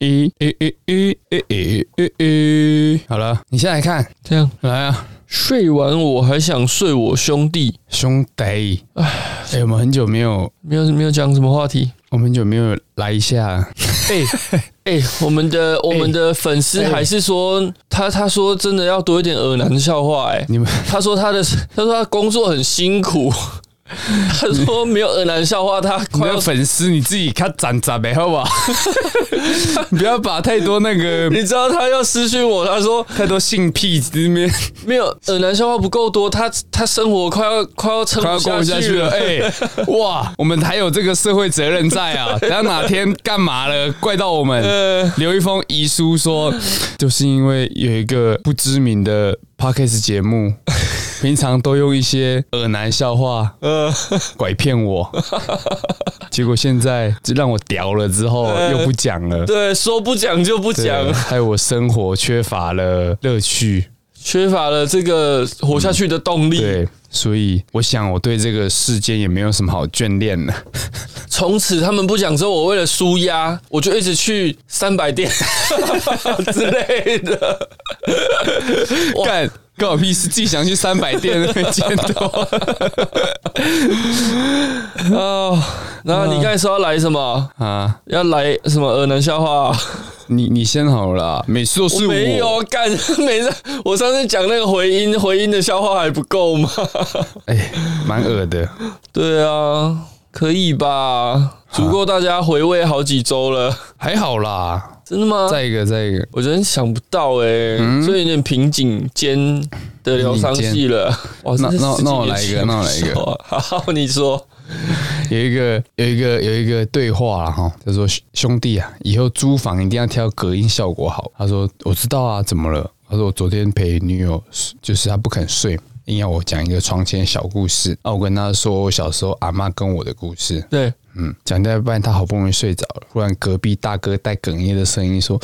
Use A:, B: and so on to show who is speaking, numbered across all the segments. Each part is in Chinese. A: 一一一一一一一一，好了，你现在看，
B: 呃这样
A: 来啊，
B: 睡完我还想睡我兄弟，
A: 兄弟，哎、我们很久没有，
B: 没有没有讲什么话题。
A: 我们很久没有来一下，
B: 哎、 哎、我们的我们的粉丝还是说、他他说真的要多一点耳男的笑话哎、
A: 你们
B: 他说他的他说他工作很辛 苦，他说没有耳男笑话他
A: 你
B: 快要
A: 的粉丝你自己看攒攒呗，好不 好？你不要把太多那个
B: 你知道他要私讯我，他说
A: 太多性癖里面
B: 没有耳男笑话不够多，他他生活快要快要撑
A: 快要
B: 不
A: 过不下
B: 下
A: 去
B: 去
A: 了，
B: 了。哎、
A: 哎、哇，我们还有这个社会责任在啊！等下哪天干嘛了，怪到我们。
B: 呃，
A: 留一封遗书说，就是因为有一个不知名的 podcast 节目，平常都用一些恶男笑话
B: 呃，
A: 拐骗 我，结果现在就让我屌了之后又不讲了，
B: 对，说不讲就不
A: 对
B: 讲，
A: 害我生活缺乏了乐趣。
B: 缺乏了这个活下去的动力。
A: 对，所以我想我对这个世间也没有什么好眷恋了。
B: 从此他们不讲之后，我为了舒压，我就一直去三百 店之类的。哇
A: 干干我屁事！自己想去三百店那边见 多，
B: 哦，然后你刚才说要来什么？
A: 啊！
B: 要来什么耳男笑话、
A: 你你先好了啦，每次都是我。
B: 没有干， 没事。我上次讲那个回音回音的笑话还不够吗？
A: 哎，蛮恶的。
B: 对啊，可以吧？足够大家回味好几周了。
A: 还好啦，
B: 真的吗？
A: 再一个，再一个，
B: 我真想不到哎、
A: 嗯
B: 所以有点瓶颈间的疗伤系了。 哇，
A: 那
B: 这是
A: 那
B: 十几
A: 那我
B: 年
A: 来一个
B: 前的
A: 那我来一个
B: 时候啊。好，你说
A: 有一个有一个有一个对话啦哈，他说兄弟啊，以后租房一定要挑隔音效果好。他说我知道啊，怎么了？他说我昨天陪女友，就是她不肯睡。硬要我讲一个床前小故事啊！我跟她说我小时候阿妈跟我的故事，
B: 对，
A: 嗯，讲到一半，他好不容易睡着了，忽然隔壁大哥带哽咽的声音说：“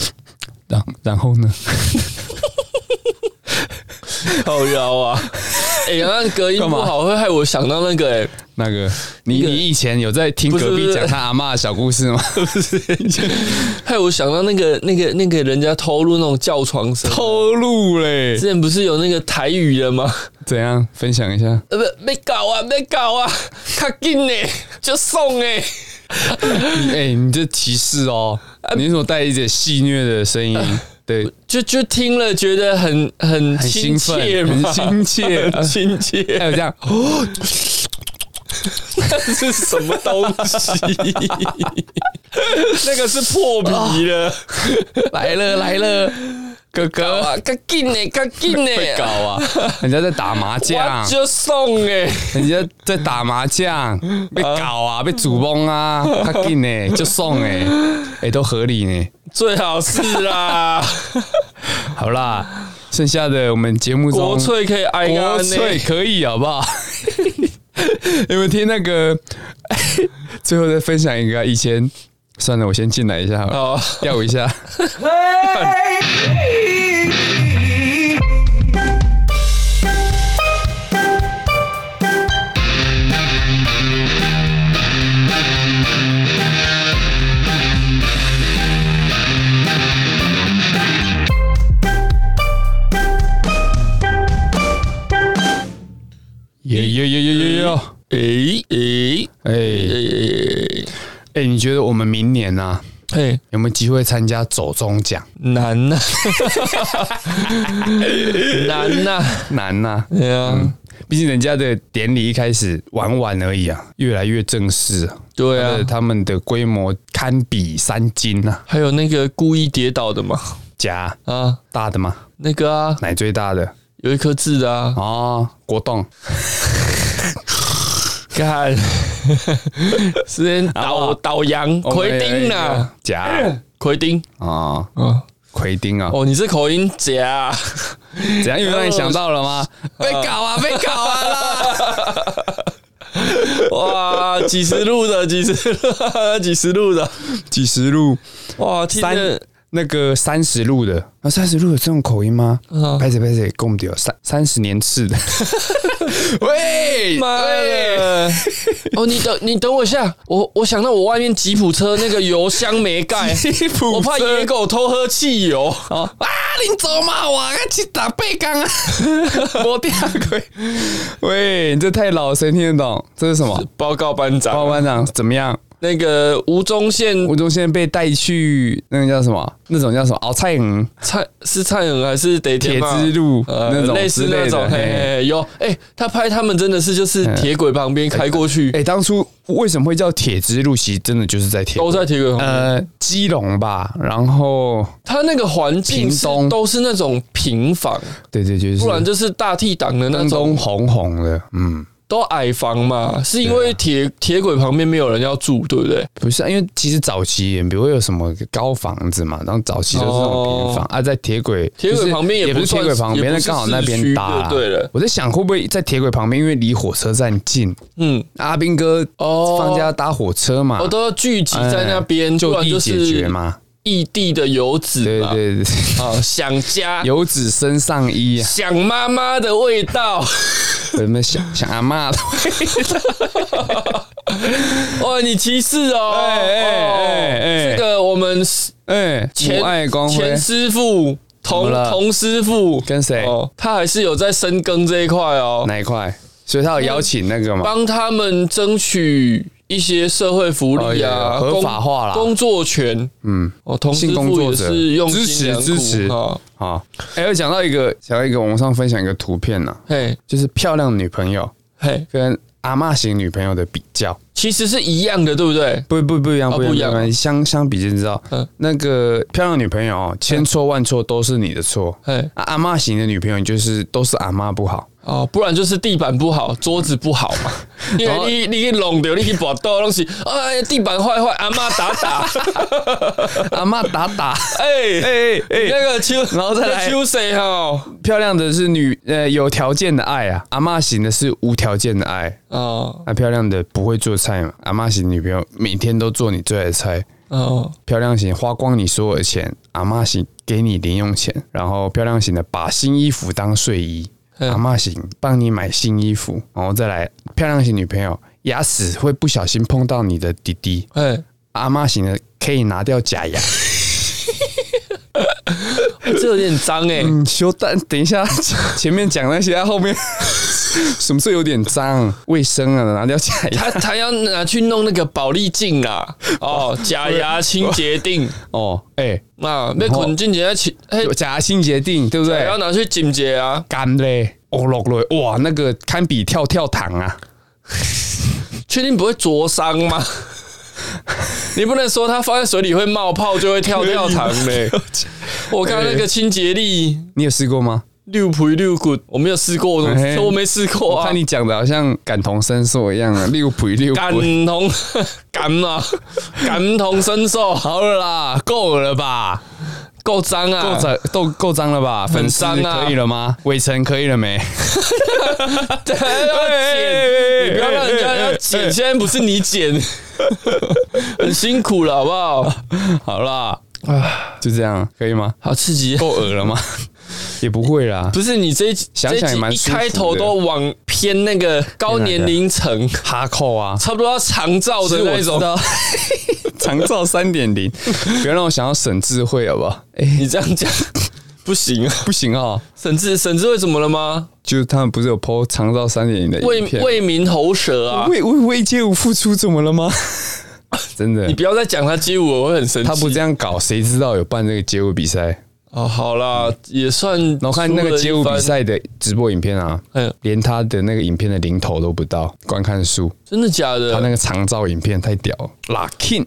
A: 然然后呢
B: 靠 腰啊。哎、那隔音不好会害我想到那个哎、？”
A: 那个，你
B: 那个
A: 你以前有在听
B: 不是
A: 隔
B: 不
A: 壁
B: 是
A: 讲他阿嬷的小故事吗？
B: 害我想到那个那个那个人家偷录那种叫床声。
A: 偷录嘞
B: 之，前不是有那个台语的吗？
A: 怎样分享一下？
B: 呃，不，没搞啊，没搞啊，卡紧呢，就送哎、
A: 你哎、你这歧视哦！你怎么带一点戏谑的声 音？对，
B: 就就听了觉得很很
A: 很
B: 亲
A: 兴奋
B: 切，嘛，
A: 很亲切，
B: 很亲切。
A: 还有这样，
B: 是什么东西？那个是破皮了，
A: 来了来了，哥哥，
B: 哇，赶紧呢，赶紧 呢，
A: 会搞啊！人家在打麻将
B: 我，就送哎，
A: 人家在打麻将，被搞啊，被主崩啊，他进 呢就送哎、哎、都合理呢、
B: 最好是啦，
A: 好啦，剩下的我们节目中
B: 国粹可以挨
A: 国
B: 个
A: 粹可以好不好？你们听那个，哎最后再分享一个以前，算了，我先进来一下好了，
B: 好，
A: 调一下。耶耶耶耶耶耶！
B: 诶诶
A: 哎
B: 诶，
A: 哎，你觉得我们明年啊，
B: 嘿，
A: 有没有机会参加走中奖？
B: 难啊 呐，难呐，
A: 难呐、
B: 对啊，
A: 毕竟人家的典礼一开始玩玩而已啊，越来越正式啊。
B: 对啊
A: 他的，他们的规模堪比三金啊，
B: 还有那个故意跌倒的嘛，
A: 夹
B: 啊，
A: 大的吗？
B: 那个啊，
A: 奶最大的
B: 有一颗痣的啊，
A: 哦，国栋
B: 干， 之前
A: 好不好
B: 倒倒羊哦奎丁啊
A: 哎
B: 呐，
A: 夹
B: 奎丁
A: 哦，
B: 啊，
A: 奎丁啊，
B: 哦，你这口音假，啊
A: 怎样又让你想到了吗？
B: 呃
A: 被搞啊，被搞啊 啦！
B: 哇，几十路的，几十路，几十路的，
A: 几十路
B: 哇，听
A: 三
B: 着，
A: 那个三十路
B: 啊
A: 的啊，三十路有这种口音吗？拍谁拍谁，跟我们有三三十年次的，喂，
B: 妈
A: 哎
B: 的！ 哦，你等你等我一下，我我想到我外面吉普车那个油箱没 盖，
A: 吉普车
B: 我怕野狗偷喝汽油。
A: 啊，你走嘛，我要去打背缸啊， 我第二个。 喂，你这太老，谁听得懂？这是什么？
B: 报告班长，
A: 报告班长怎么样？
B: 那个吴宗宪
A: 吴宗宪被带去那个叫什么？那种叫什么？熬菜蝇、
B: 蔡是蔡恩还是得
A: 铁
B: 铁吗
A: 之路那种
B: 类
A: 之
B: 似
A: 类
B: 那种
A: 的。，
B: 嘿嘿
A: 嘿
B: 嘿有哎、他拍他们真的是就是铁轨旁边开过去，
A: 哎、当初为什么会叫铁之路？其实真的就是在铁
B: 都在铁轨旁边。
A: 呃基隆吧，然后
B: 他那个环境是
A: 屏东
B: 都是那种平房，
A: 对对，就是
B: 不然就是大地档的那
A: 灯
B: 种，
A: 笼红红的，嗯，
B: 都矮房嘛，是因
A: 啊
B: 为铁铁轨旁边没有人要住，对不对？
A: 不是、啊，因为其实早期也不会有什么高房子嘛，然后早期都是那种平房、啊，在铁轨
B: 铁
A: 就
B: 轨
A: 是
B: 旁边
A: 也
B: 也
A: 不
B: 不
A: 是铁
B: 算
A: 轨旁边，
B: 也
A: 那
B: 不是
A: 刚好那
B: 市
A: 边
B: 区
A: 搭、啊、
B: 就对了
A: 我在想会不会在铁轨旁边，因为离火车站近，
B: 嗯，
A: 阿兵哥
B: 哦
A: 放假搭火车嘛，
B: 我都要聚集在那边，
A: 哎
B: 不
A: 就
B: 然
A: 地
B: 就
A: 解决
B: 是
A: 嘛，
B: 异地的游子
A: 对
B: 嘛，
A: 对对，
B: 啊，想家，
A: 游子身上衣啊，
B: 想妈妈的 味道。
A: 有没有想想阿妈的？
B: 哇，你歧视哦！
A: 哎哎哎哎
B: 哦这个我们师
A: 哎，
B: 前
A: 母爱光辉
B: 前师傅
A: 么
B: 同
A: 了
B: 同师傅
A: 跟谁？
B: 哦，他还是有在深耕这一块哦，
A: 哪一块？所以他有邀请那个嘛，
B: 帮他们争取一些社会福利啊，
A: 哦有有合
B: 工
A: 法化啦
B: 工作权。
A: 嗯，
B: 哦，同师
A: 性工
B: 傅
A: 作
B: 也
A: 者
B: 是用
A: 支
B: 心
A: 持
B: 良苦
A: 支持
B: 哦
A: 好，哎，我讲到一个，讲到一个，网上分享一个图片呢，
B: 嘿
A: 就是漂亮女朋友
B: 嘿，
A: 跟阿嬷型女朋友的比较，
B: 其实是一样的，对不对？
A: 不不不一样，
B: 哦
A: 啊不
B: 不
A: 一
B: 一样
A: 样，不一样相相比就知道
B: 嗯，
A: 那个漂亮女朋友哦千错万错都是你的错，
B: 嘿
A: 啊阿嬷型的女朋友就是都是阿嬷不好，
B: 哦，不然就是地板不好，桌子不好 嘛。因
A: 然后
B: 为你你去弄掉，你去把刀东西，哎，地板坏坏，阿妈打 打。
A: 阿嬷打打，
B: 哎哎，
A: 哎哎
B: 那个秋，
A: 然后再来
B: 秋谁哈？
A: 漂亮的是女呃有条件的爱啊，阿嬷型的是无条件的爱。
B: 哦
A: 啊，漂亮的不会做菜嘛，阿妈型女朋友每天都做你最爱的菜。
B: 哦，
A: 漂亮型花光你所有的钱，阿妈型给你零用钱，然后漂亮型的把新衣服当睡衣，
B: 嗯
A: 阿妈型帮你买新衣服，然后再来漂亮型女朋友牙齿会不小心碰到你的弟弟，
B: 哎，
A: 阿妈型的可以拿掉假 牙。
B: 这有点脏哎。
A: 嗯，修蛋，等一下，前面讲那些，后面 什么时候有点脏，卫生啊，拿掉假牙。
B: 他他要拿去弄那个保利镜 啦，哦，假牙清洁定
A: 哦，哎、
B: 啊，被捆进去要清，嘿
A: 有，假牙清洁定，对不对？
B: 要拿去清洁啊，
A: 干嘞，哦落落，哇，那个堪比跳跳糖啊！
B: 确定不会灼伤吗？ 你不能说它放在水里会冒泡就会跳跳 糖嘞。我刚刚那个清洁力
A: 你有试过吗？
B: 六皮六骨，我没有试过，我怎么
A: 嘿
B: 我没试过
A: 我
B: 啊
A: 看。你讲的好像感同身受一 样啊，六陪六
B: 感
A: 陪。
B: 同 感啊， 感同身受，
A: 好了啦，够了吧？
B: 够脏
A: 够
B: 啊！
A: 脏都够脏了吧？粉丝
B: 脏啊
A: 可以了吗？伟成可以了没？
B: 对要剪，你不要让人家要剪，现在不是 你剪，很辛苦了，好不好？
A: 好啦，就这样可以吗？
B: 好刺激！
A: 够恶了吗？ 也不会啦，
B: 不是你这一集
A: 想
B: 这一
A: 想
B: 集
A: 也蛮
B: 一
A: 舒服的
B: 开头都往偏那个高年龄层，
A: 哈扣啊，
B: 差不多要长照的那种。
A: 长照三点零，不要让我想要沈智慧好不好？哎、
B: 你这样讲 不行啊！
A: 不行哦，
B: 沈志沈志慧怎么了吗？
A: 就是他们不是有 PO 长照三点零的
B: 为
A: 影片吗
B: 为民喉舌啊！
A: 为为为街舞付出怎么了吗？ 真的
B: 你，不要再讲他街舞，我会很生气。
A: 他不这样搞，谁知道有办这个街舞比赛？
B: 哦，好啦，也算。
A: 然后看那个街舞比，赛的直播影片啊，
B: 嗯，
A: 连他的那个影片的零头都不到观看数，
B: 真的假
A: 他
B: 的？
A: 那个长照影片太屌了，Locking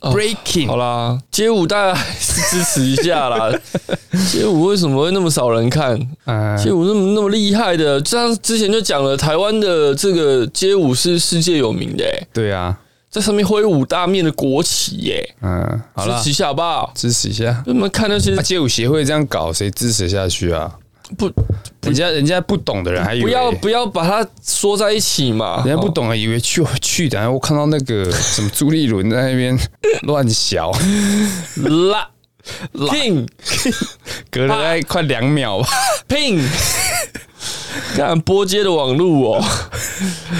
B: 哦
A: Breaking，、
B: 好啦，街舞大家还是支持一下啦。 街舞为什么会那么少人看？
A: 呃
B: 街舞那么那么厉害的，这样之前就讲了，台湾的这个街舞是世界有名的、欸，
A: 对啊，
B: 在上面挥舞大面的国旗耶、
A: 嗯、好
B: 支
A: 了，
B: 持一下好不好？
A: 支持一下。
B: 你们看那些
A: 啊、街舞协会这样搞，谁支持下去啊？
B: 不
A: 人家人家不懂的人还以为
B: 不要不要把它说在一起嘛，
A: 人家不懂啊，以为去去的，然后我看到那 个什么朱立伦在那边 乱小，
B: 拉 ping
A: 隔了大概快两秒吧。
B: ping 看波接的网路哦。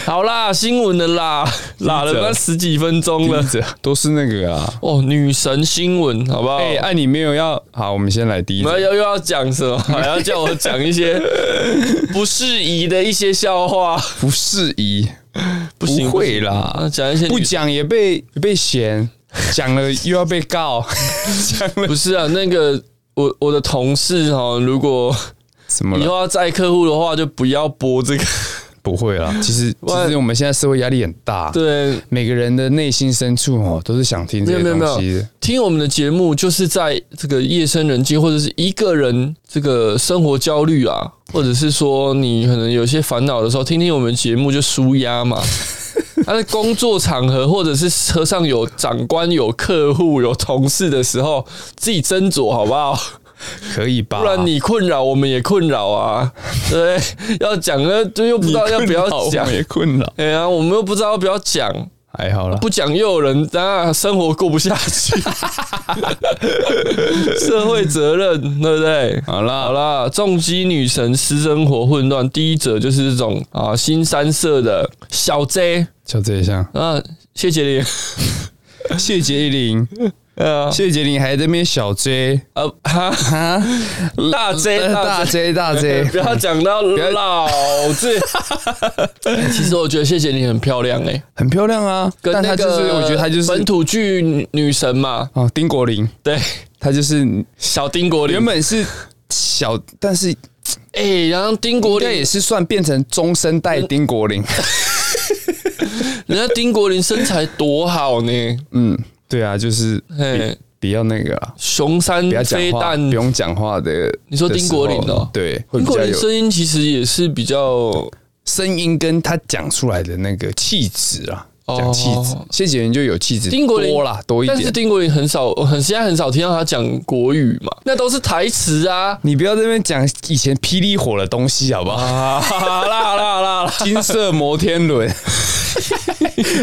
B: 好啦，新闻的啦，拉了那十几分钟了。
A: 这都是那个啊。
B: 哦，女神新闻，好不好？
A: 哎、哎、你没有要好，我们先来第一
B: 你
A: 则。
B: 们又又要讲什么？
A: 哎
B: 还 要叫我讲 一些不适宜的一些笑话？
A: 不适 宜， 不
B: 行
A: 会
B: 啊，
A: 啦，
B: 讲一些
A: 不
B: 女
A: 讲也被被嫌，讲了 又要被 告，讲了
B: 不是啊，那个我我的同事哦，如果
A: 怎么
B: 以
A: 了？
B: 后要载客户的话，就不要 播这个。
A: 不会啦，其实其实我们现在社会压力很大，
B: 对，
A: 每个人的内心深处哦，都是想听这
B: 没
A: 些
B: 有没有
A: 东西的。
B: 听我们的节目，就是在这个夜深人静，或者是一个人这个生活焦虑啊，或者是说你可能有些烦恼的时候，听听我们节目就舒压 嘛。他在工作场合，或者是车上有长官、有客户、有同事的时候，自己斟酌好不好？
A: 啊可以吧？
B: 不然你困扰，我们也困扰啊。对，要讲呢，就又不知道要不要讲。
A: 也困扰，
B: 哎呀，我们又不知道要不要讲，
A: 还好啦。
B: 不讲又有人，那生活过不下去， 社会责任，对不对？
A: 好啦
B: 好啦，重击女神私生活混乱，第一者就是这种啊，新三社的小 J
A: 就这一项。
B: 啊，谢 谢你，
A: 谢杰 林，
B: 呃
A: 谢杰林还在那边小 J
B: 呃哈，
A: 啊，
B: 大 J
A: 大
B: 大 J。
A: J 呃大 J，
B: 不要讲到老 字。哎其实我觉得谢谢你很漂亮哎、
A: 很漂亮啊，
B: 跟
A: 但
B: 那
A: 她
B: 个
A: 就是我觉得她就是
B: 本土剧女女神嘛，
A: 哦，丁国林，
B: 对，
A: 她就是
B: 小丁国林
A: 原本是小，但是应
B: 哎、然后丁国
A: 该
B: 林
A: 也，是算变成中生代丁国林。
B: 人家丁国林身材多好呢，
A: 嗯，对啊，就是
B: 嘿
A: 比比较那个啊，
B: 熊山
A: 不要讲
B: 飞
A: 话，
B: 弹
A: 不，用讲话的。
B: 你说丁国林
A: 的时
B: 哦
A: 候对，会
B: 丁
A: 比
B: 国
A: 较
B: 林
A: 有
B: 声音其实也是比较
A: 声音跟他讲出来的那个气质啊，
B: 哦
A: 讲气质，谢杰林就有气质，
B: 丁国林
A: 多啦多一
B: 但是
A: 点。
B: 丁国林很少，很现在很少听到他讲国语嘛，那都是台词啊。
A: 你不要在那边讲以前霹雳火的东西，好不好？
B: 啊，好啦好啦好啦好啦，
A: 金色摩天轮，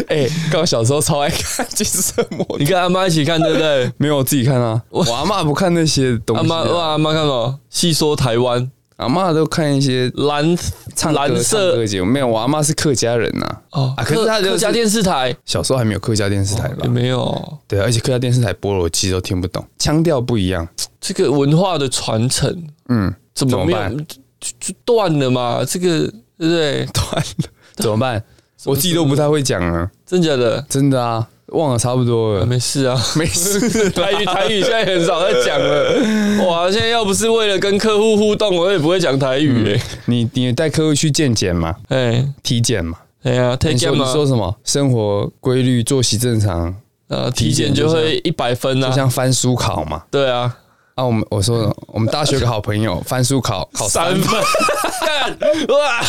A: 哎、刚我小时候超爱看金色摩天
B: 你跟阿妈一起看对不对？
A: 没有，我自己看啊。我阿妈不看那些东
B: 阿
A: 西、
B: 妈
A: 啊，
B: 哇阿妈看什么？戏说台湾
A: 阿妈都看一些
B: 蓝
A: 唱歌
B: 蓝
A: 唱
B: 色
A: 歌节目。没有，我阿妈是客家人呐、啊。
B: 哦，
A: 可是他就是
B: 客家电视台
A: 小时候还没有客家电视台吧？
B: 有没有
A: 对，而且客家电视台播了，我其实都听不懂，腔调不一样。
B: 这个文化的传承？
A: 嗯，
B: 怎
A: 怎
B: 么
A: 么
B: 没有
A: 办
B: 就就断了嘛？这个对不对？啊
A: 断了怎么办？我自己都不太会讲啊，
B: 真假的？
A: 真的啊，忘了差不多
B: 啊
A: 了，
B: 没事啊，
A: 没事
B: 台语台语现在很少在 讲了。哇，现在要不是为了跟客户互动，我也不会讲台语诶。
A: 你你带客户去健检嘛，
B: 哎，
A: 体检嘛？
B: 哎呀，体
A: 嗯你说
B: 检
A: 你
B: 嘛，
A: 说什么？生活规律、作息正常，
B: 呃，体检就会一百分
A: 就
B: 啊。
A: 像翻书考嘛。
B: 对啊，
A: 啊，我们我说什么我们大学有个好朋友翻书考考
B: 三分， 干哇！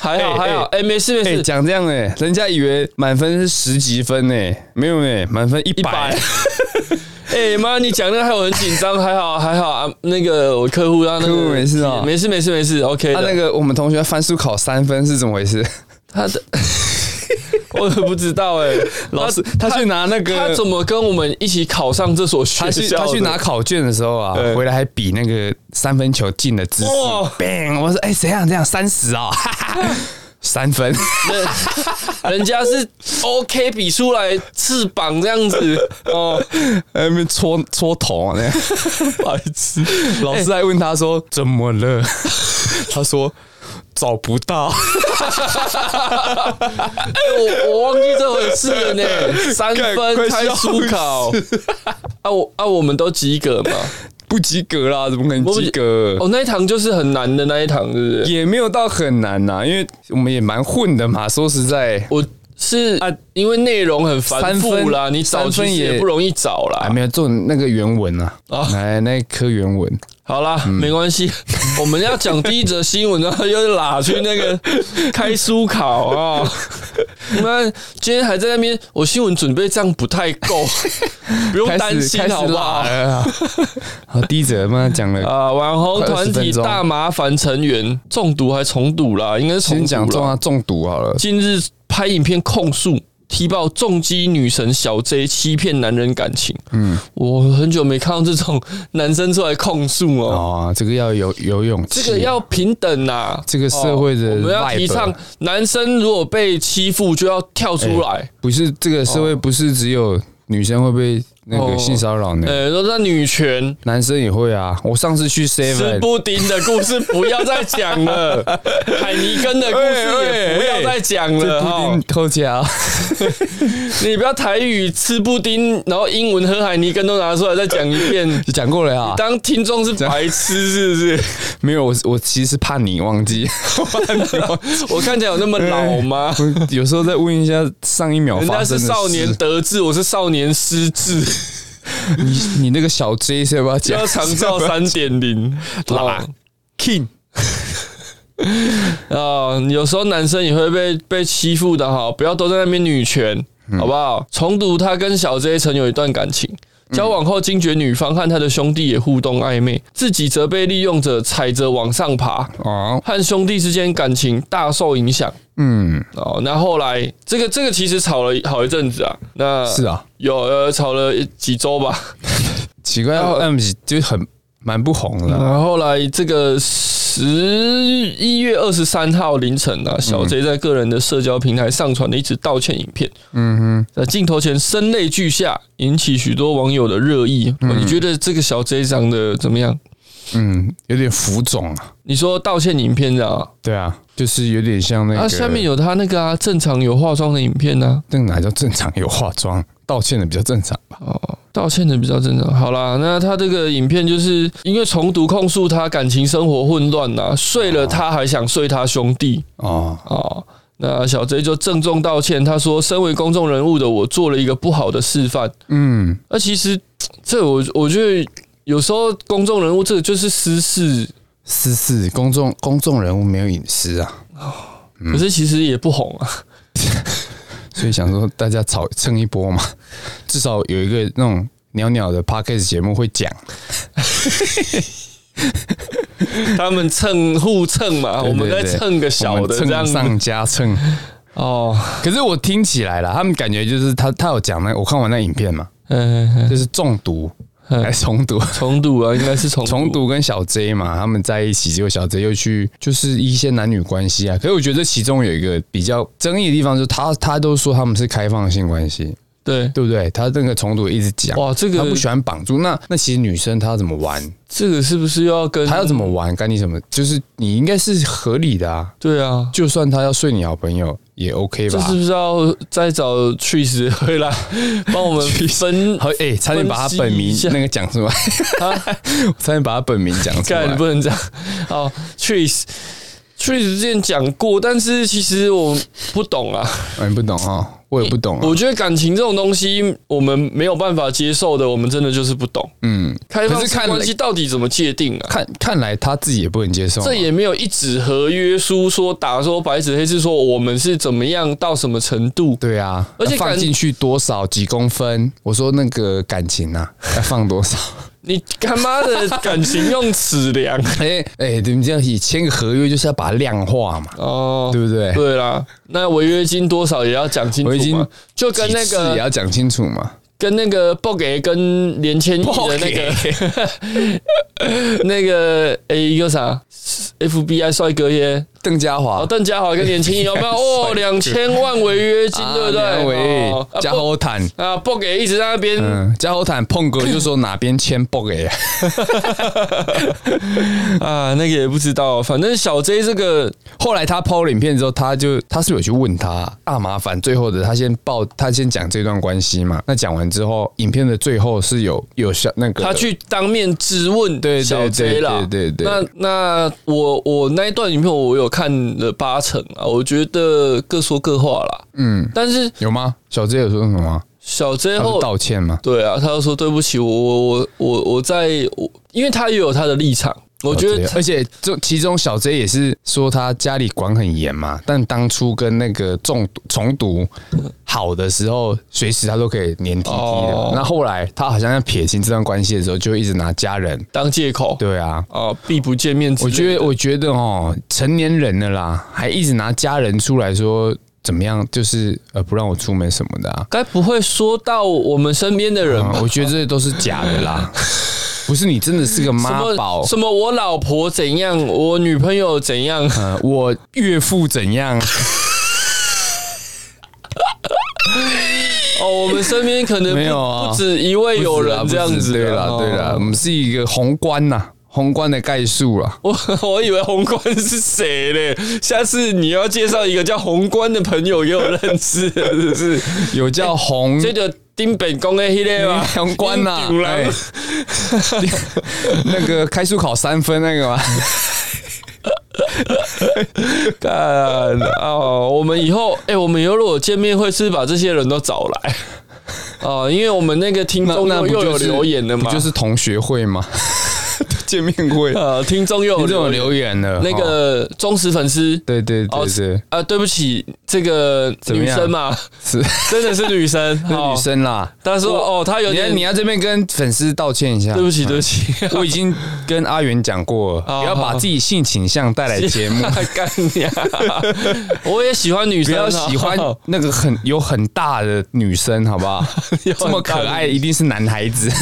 B: 还好
A: 哎
B: 还好，哎，没事没
A: 哎、
B: 事，
A: 讲这样哎、人家以为满分是十几分呢、没有哎、满分一
B: 一
A: 百
B: 百。 哎妈，你讲那个害我很紧张，还好还好啊。那个我客户让那
A: 客户
B: 个
A: 没事哦
B: 没事没事没事，OK
A: 他、
B: 的。
A: 那个我们同学翻书考三分是怎么回事？
B: 他的 我也不知道哎，
A: 老师他去拿那个
B: 他怎么跟我们一起考上这所学
A: 他去
B: 校的？
A: 他去拿考卷的时候啊
B: 对，
A: 回来还比那个三分球进的姿势
B: 哇
A: ，bang！我说哎、谁想这样三十啊？ 哈哈三分，
B: 人，人家是 OK 比出来翅膀这样子哦，
A: 在那边戳戳头啊，那 样
B: 白痴。
A: 老师还问他说、怎么 了？他说找不到，
B: 我我忘记这回事了呢。三
A: 干
B: 分
A: 快
B: 开
A: 笑
B: 书考啊，我啊，我们都及格嘛。
A: 不及格啦，怎么可能及格？
B: 哦，那一堂就是很难的那一堂，是不是？
A: 也没有到很难呐、因为我们也蛮混的嘛。说实在，
B: 我是啊，因为内容很繁
A: 三
B: 复
A: 分
B: 啦，你找
A: 三
B: 其
A: 分
B: 实
A: 也
B: 也不容易找
A: 还
B: 啦。
A: 没有做那个原文啊，
B: 啊
A: 来那一科原文，
B: 好啦，
A: 嗯
B: 没 关系，我们要讲第一则新闻，然后又拉去 那个开书考啊。那今天还在那边，我新闻准备这样不太 够，不用
A: 开
B: 担
A: 始
B: 心
A: 开始
B: 好不好
A: 拉？了啊。好，第一则嘛讲 了，
B: 啊，网红
A: 快
B: 团
A: 20
B: 体
A: 分钟
B: 大麻烦成员中毒还重赌啦，应该是
A: 先
B: 重
A: 讲
B: 毒
A: 中
B: 啦。
A: 啊中毒好了。
B: 近日拍影片控诉踢爆重击女神小 J 欺骗男人感情。
A: 嗯，
B: 我很久没看到这种男生出来控诉哦，
A: 哦，这个要有有勇气，
B: 这个要平等啊！
A: 这个社会的
B: 我们要
A: vibe 啊
B: 提倡男生如果被欺负就要跳出来。
A: 不是这个社会不是只有女生会被那
B: 哦
A: 个性骚扰呢，
B: 呃，说那女权
A: 男生也会啊。我上次去
B: 吃
A: Seven，
B: 布丁的故事不要再 讲了，海尼根的故事也不要再讲
A: 哎
B: 了哈。
A: 布丁偷啊 家，。
B: 你不要台语吃布丁，然后英文和海尼根都拿出来再讲一遍
A: 讲过 了啊。
B: 当听众是白痴是 不是？
A: 没有，我我其实怕你忘记，我怕你忘记。
B: 我看起来有那么老吗？
A: 我有时候再问一下上一秒
B: 人
A: 哎发
B: 家
A: 生
B: 是
A: 的事
B: 少年得志，我是少年失智，
A: 你你那个小 J 是要不要讲
B: 要？长照三 点零。
A: 啦 King，
B: 啊，有时候男生也会被被欺负的哈，不要都在那边女权，好不好？重读他跟小 J 曾有一段感情。交往后，惊觉女方和他的兄弟也互动暧昧，自己则被利用者踩着往上爬，
A: 哦，
B: 和兄弟之间感情大受影响。
A: 嗯，
B: 哦，那后来这个这个其实吵了好一阵子啊，那
A: 是啊，
B: 有呃吵了几周吧，
A: 奇怪
B: 呃
A: ，M 就很蛮不红的啊，
B: 然后后来这个十一月二十三号凌晨啊，小 J 在个人的社交平台上传了一支道歉影片，
A: 嗯
B: 在镜头前声泪俱下，引起许多网友的热议。哦
A: 嗯
B: 你觉得这个小 J 长得怎么样？
A: 哼，嗯，有点浮肿啊，
B: 你说道歉影片的啊，
A: 对啊，就是有点像那个，
B: 啊下面有他那个啊正常有化妆的影片啊呢、
A: 那个哪叫正常？有化妆，道歉的比较正常吧？
B: 哦，道歉的比较正常。好啦，那他这个影片就是因为重读控诉他感情生活混乱呐、睡了他还想睡他兄弟
A: 哦，
B: 哦。那小 J 就郑重道歉，他说：“身为公众人物的我做了一个不好的示范。
A: 嗯，
B: 那其实这我我觉得有时候公众人物这个就是私事，
A: 私事，公众公众人物没有隐私啊，
B: 可是其实也不红 啊。
A: 所以想说大家炒蹭一波嘛，至少有一个那种袅袅的 podcast 节目会讲，
B: 他们蹭互蹭嘛，
A: 对
B: 我们在
A: 对对
B: 蹭个
A: 我
B: 小
A: 们
B: 的这样
A: 蹭
B: 子
A: 上加蹭。
B: 哦。
A: 可是我听起来啦，他们感觉就是他他有讲那我看完那影片嘛，
B: 嗯，嗯嗯
A: 就是中毒
B: 嗯
A: 还是重毒。
B: 重读啊，应该是重
A: 哎重读跟小 J 嘛，他们在一起，结果小 J 又去就是一些男女关系啊。可是我觉得其中有一个比较争议的地方，就是他他都说他们是开放性关系，
B: 对。
A: 对不对？他那个重读一直讲，
B: 哇，这个嗯
A: 他不喜欢绑住。那那其实女生她要怎么玩，
B: 这个是不是又要跟
A: 她要怎么玩，干你什么？就是你应该是合理的啊。
B: 对啊？
A: 就算她要睡你好朋友也 OK
B: 这
A: 吧
B: 是？不是要再找 Tris 回来帮 我们分？
A: 好，哎、差点把她本
B: 分析
A: 名
B: 一下
A: 那个讲出来，我 差点把她本名讲出
B: 干
A: 来
B: 不。能这样。好，Tris。Tris 之前讲过，但是其实我不懂啊。
A: 嗯，不懂哦，我也不懂、啊
B: 哎我。觉得感情这种东西，我们没有办法接受的，我们真的就是不懂。
A: 嗯，
B: 开放
A: 可是
B: 式
A: 看
B: 关系到底怎么界定啊？
A: 看看来她自己也不能接受啊、
B: 这也没有一纸合约书说打说白纸黑字说我们是怎么样到什么程度。
A: 对啊，
B: 而且
A: 要放
B: 感
A: 进去多少几公分？我说那个感情啊，要放多少？
B: 你他妈的感情用 尺量
A: 哎哎，你们这样以签个合约就是要把它量化嘛，
B: 哦，
A: 对不对？
B: 对啦，那违约金多少也要讲清楚
A: 违约
B: 嘛
A: 金，
B: 就跟那
A: 几次也
B: 个
A: 要讲清楚嘛。
B: 跟那个不给跟连千亿
A: 哦
B: 的那个 那个诶、一个啥 FBI 帅哥耶，
A: 邓家华
B: 哦，邓家华跟连千 亿有没有？哦，两千万违约
A: 啊
B: 金，对不
A: 梁
B: 对？
A: 伟
B: 哦啊
A: 加
B: 不
A: 侯坦，
B: 啊，不给一直在那边。
A: 嗯，加侯坦碰哥就说哪边签不给啊，嗯
B: 啊，那个也不知道，反正小 J 这个
A: 后来他抛了影片之后，他就他是不是有去问他大麻烦？最后的他先报，他先讲这段关系嘛。那讲完之后，影片的最后是有有小那个
B: 他去当面质问
A: 对对
B: 小 J 啦，
A: 对对对对
B: 那那我我那一段影片我有看了八成啊，我觉得各说各话啦。
A: 嗯
B: 但是
A: 有吗？小 J 有说什么吗？
B: 小 J
A: 他
B: 后
A: 是道歉吗？
B: 对啊，他就说对不起，我我我我我在我，因为他也有他的立场，我觉得
A: 小 J，而且哦这其中小 J 也是说他家里管很严嘛，但当初跟那个中毒重毒好的时候，随时他都可以黏 T T
B: 哦
A: 的。那后来他好像要撇清这段关系的时候，就一直拿家人。
B: 当借口
A: 对啊，
B: 啊，避不见面之
A: 我
B: 类的。
A: 觉得，我觉得哦，成年人了啦，还一直拿家人出来说怎么样，就是呃不让我出门什么的啊。
B: 该不会说到我们身边的人吧？
A: 嗯，我觉得这都是假的 啦，不是你真的是个
B: 什
A: 妈宝啊
B: 么，什么我老婆怎样，我女朋友怎 样，
A: 呃，我岳父怎样？
B: 哦，我们身边可能不
A: 没有啊
B: 不止一位友人
A: 不是
B: 这
A: 啦
B: 样
A: 不
B: 子
A: 是
B: 的，
A: 对啦
B: 哦
A: 对啦，我。们是一个宏观呐，宏观的概述啊啦。
B: 我我以为宏观是谁嘞？下次你要介绍一个叫宏观的朋友给我认识，是不是？
A: 有叫宏
B: 哎
A: 哎
B: 这就丁本公的迄个啊嘛，
A: 宏观呐、
B: 丁九郎
A: 哎那个开书考三分那 个吗？
B: 干哦！我们以后， 哎、我们以后如果见面会是把这些人都找来 哦，因为我们那个听
A: 那
B: 众
A: 那
B: 又
A: 不
B: 又有
A: 就是
B: 留言了嘛，
A: 不就是同学会 吗？见面会，
B: 呃，听众又有
A: 你这种
B: 留言
A: 留言了，
B: 那
A: 哦
B: 个忠实粉丝。
A: 对对
B: 哦
A: 对对，
B: 啊，对不起，这个
A: 怎么
B: 女
A: 样
B: 生嘛，
A: 是 是
B: 真的是女生，是
A: 女。生啦。
B: 她说：“哦，她有
A: 你要
B: 点
A: 你要这边跟粉丝道歉一下，
B: 对不起，对不起。
A: 我已经跟阿元讲过了，
B: 哦
A: 不要把自己性倾向带来 节目，
B: 干你啊！我也喜欢 女
A: 不
B: 生
A: 要
B: 啊，
A: 喜 欢那个很有很大的女生，好不好？
B: 有
A: 这么
B: 很
A: 可
B: 大的
A: 爱，一定是男孩子。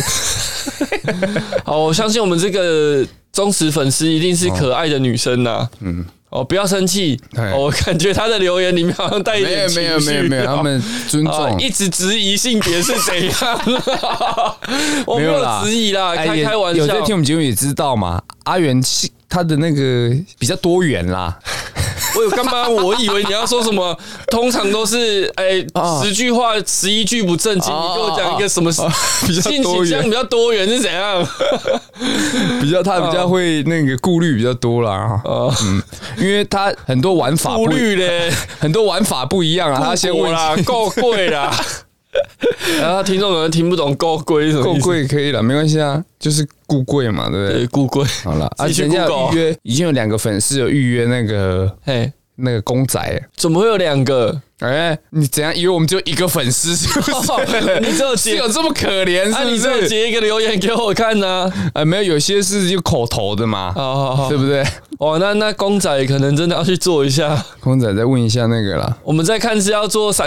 B: 好，我相信我们这个忠实粉丝一定是可爱的女生呐、嗯，哦，不要生气。
A: 对
B: 哦，我感觉她的留言里面好像 带一
A: 没
B: 点
A: 有
B: 情
A: 没
B: 绪
A: 有没有没有，他们尊
B: 啊
A: 重，
B: 一直质疑性别是怎样？我没
A: 没
B: 有
A: 有啦
B: 质疑啦，
A: 哎
B: 开
A: 也
B: 开玩
A: 有
B: 笑
A: 在。听我们节目也知道嘛，阿元是他的那个比较多元啦，
B: 我有干嘛？我以为你要说什么？通常都是哎，
A: 啊
B: 十句话十一句不正经，
A: 啊
B: 你给我讲一个什么
A: 比较
B: 性
A: 多
B: 倾向
A: 元
B: 比较多元是怎样？
A: 比较他比较会那个顾虑比较多啦，
B: 哦，
A: 因为他很多玩法
B: 顾
A: 不
B: 虑嘞，
A: 很多玩法不一样啊，他先
B: 我
A: 问
B: 啦，够贵 啦。然后啊听众可能听不懂“够贵”是什么
A: 够
B: 意思，
A: 贵可以了，没关系啊，就是顾贵嘛，对不对？
B: 对，够贵。
A: 好了，啊，
B: 自己去
A: 人家有
B: Google
A: 预约，已经有两个粉丝有预约那个
B: 哎，
A: 那个公仔了，
B: 怎么会有两个？
A: 哎、你怎样？以为我们只有一个粉丝是不是？
B: 哦 你只有
A: 是
B: 截
A: 有这么可怜
B: 啊，你
A: 是
B: 这
A: 不
B: 有
A: 是？
B: 截一个留言给我看呢？
A: 呃，没有，有些是就口头的嘛，
B: 好好好
A: 对，不对？
B: 哦，那那公仔可能真的要去做一下。
A: 公仔再问一下那个啦，
B: 我们再看是要做三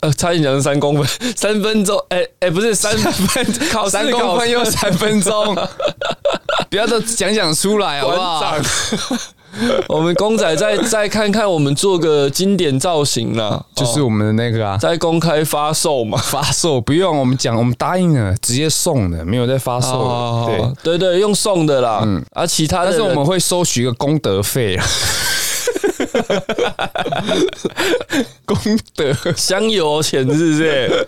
B: 呃，差点讲成三公分， 三分钟，哎、哎、不是三分 考试
A: 三公
B: 考
A: 分
B: 试
A: 又三分 钟，不要都讲讲出来好不好
B: 馆？长， 我们公仔再再看看，我们做个经典造型啦，
A: 就是
B: 哦
A: 我们的那个啊，
B: 再公开发售嘛。
A: 发售不用，我们讲，我们答应了，直接送的，没有再发售
B: 哦
A: 了，对。
B: 对对，用送的啦，嗯，啊，其他的
A: 但是我
B: 人
A: 们会收取一个功德费啊， 功德
B: 香油钱是不是？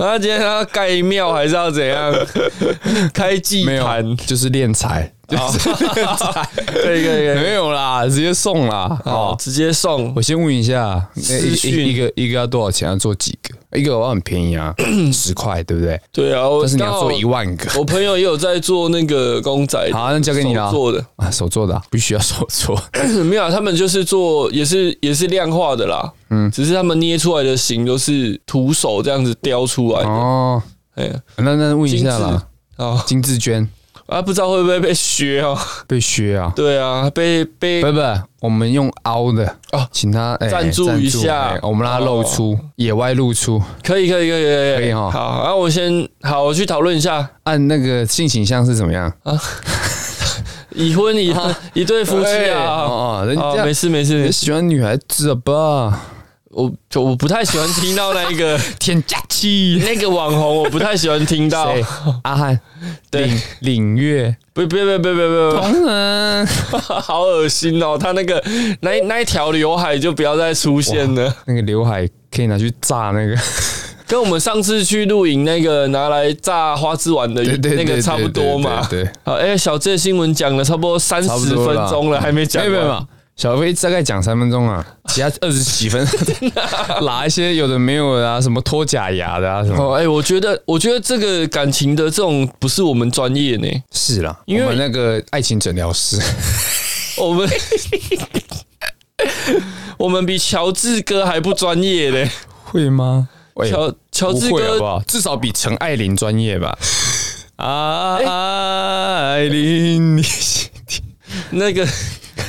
B: 那今天要盖庙还是要怎样？开祭
A: 没
B: 坛哦
A: 有，？就是练财， 就是练财，
B: 可以可以可以，
A: 没有啦，直接送啦。
B: 好，
A: 哦，
B: 直接送
A: 我先问一下，那一
B: 私讯
A: 一一个一个要多少钱？要做几个？一个我很便宜 啊，十块，对不对？
B: 对啊，我
A: 但是你
B: 刚
A: 要
B: 好
A: 做一万个
B: 我朋友也有在做那个公仔的，
A: 好那交给你了
B: 手做的
A: 啊，手做的啊必须要手做。
B: 没有啊，他们就是做也是也是量化的啦，嗯，只是他们捏出来的形都是徒手这样子雕出来的，
A: 哦，
B: 哎呀，
A: 那那问一下
B: 精
A: 啦，
B: 哦
A: 金志娟
B: 啊，不知道会不会被削哦？
A: 被削啊？
B: 对啊，被被
A: 不不，我们用凹的
B: 哦
A: 哦，请他哎
B: 赞助一下哦
A: 哎我们让他露出野外露出，
B: 可以可以可以可以
A: 可以哦
B: 好，那、我先好，我去讨论一下
A: 按那个性倾向是怎么样？
B: 已婚已、一对夫妻
A: 哎
B: 啊，
A: 哦哦，人
B: 啊，没
A: 家
B: 事没事没
A: 人
B: 事，
A: 喜欢女孩子吧？
B: 我就我不太喜欢听到那一个
A: 添加器
B: 那个网红，我不太喜欢听到，
A: 谁？阿汉，
B: 对
A: 领领月，
B: 不不不不不不不。
A: 同人
B: 好恶心哦！他那个那一那一条刘海就不要再出现了，
A: 那个刘海可以拿去炸那个，
B: 跟我们上次去露营那个拿来炸花枝丸的 那个差不多嘛。
A: 对，对
B: 好，哎、小智的新闻讲了差不多三
A: 差不
B: 十
A: 多
B: 分
A: 啦
B: 钟了，还没讲
A: 没有没
B: 完。
A: 有没有，小飞大概讲三分钟 啊，其他二十几分， 拿一些有的没有的啊，什么脱假牙的啊什么，
B: 哦，哎、我觉得，我觉得这个感情的这种不是我们专业呢，
A: 是啦，
B: 因为
A: 我们那个爱情诊疗师，
B: 我们 我们比乔治哥还不专业呢。
A: 会吗？喂，
B: 乔乔
A: 不
B: 治
A: 哎会好不
B: 哥，
A: 好？至少比陈爱玲专业吧。啊，爱玲，你
B: 哎那个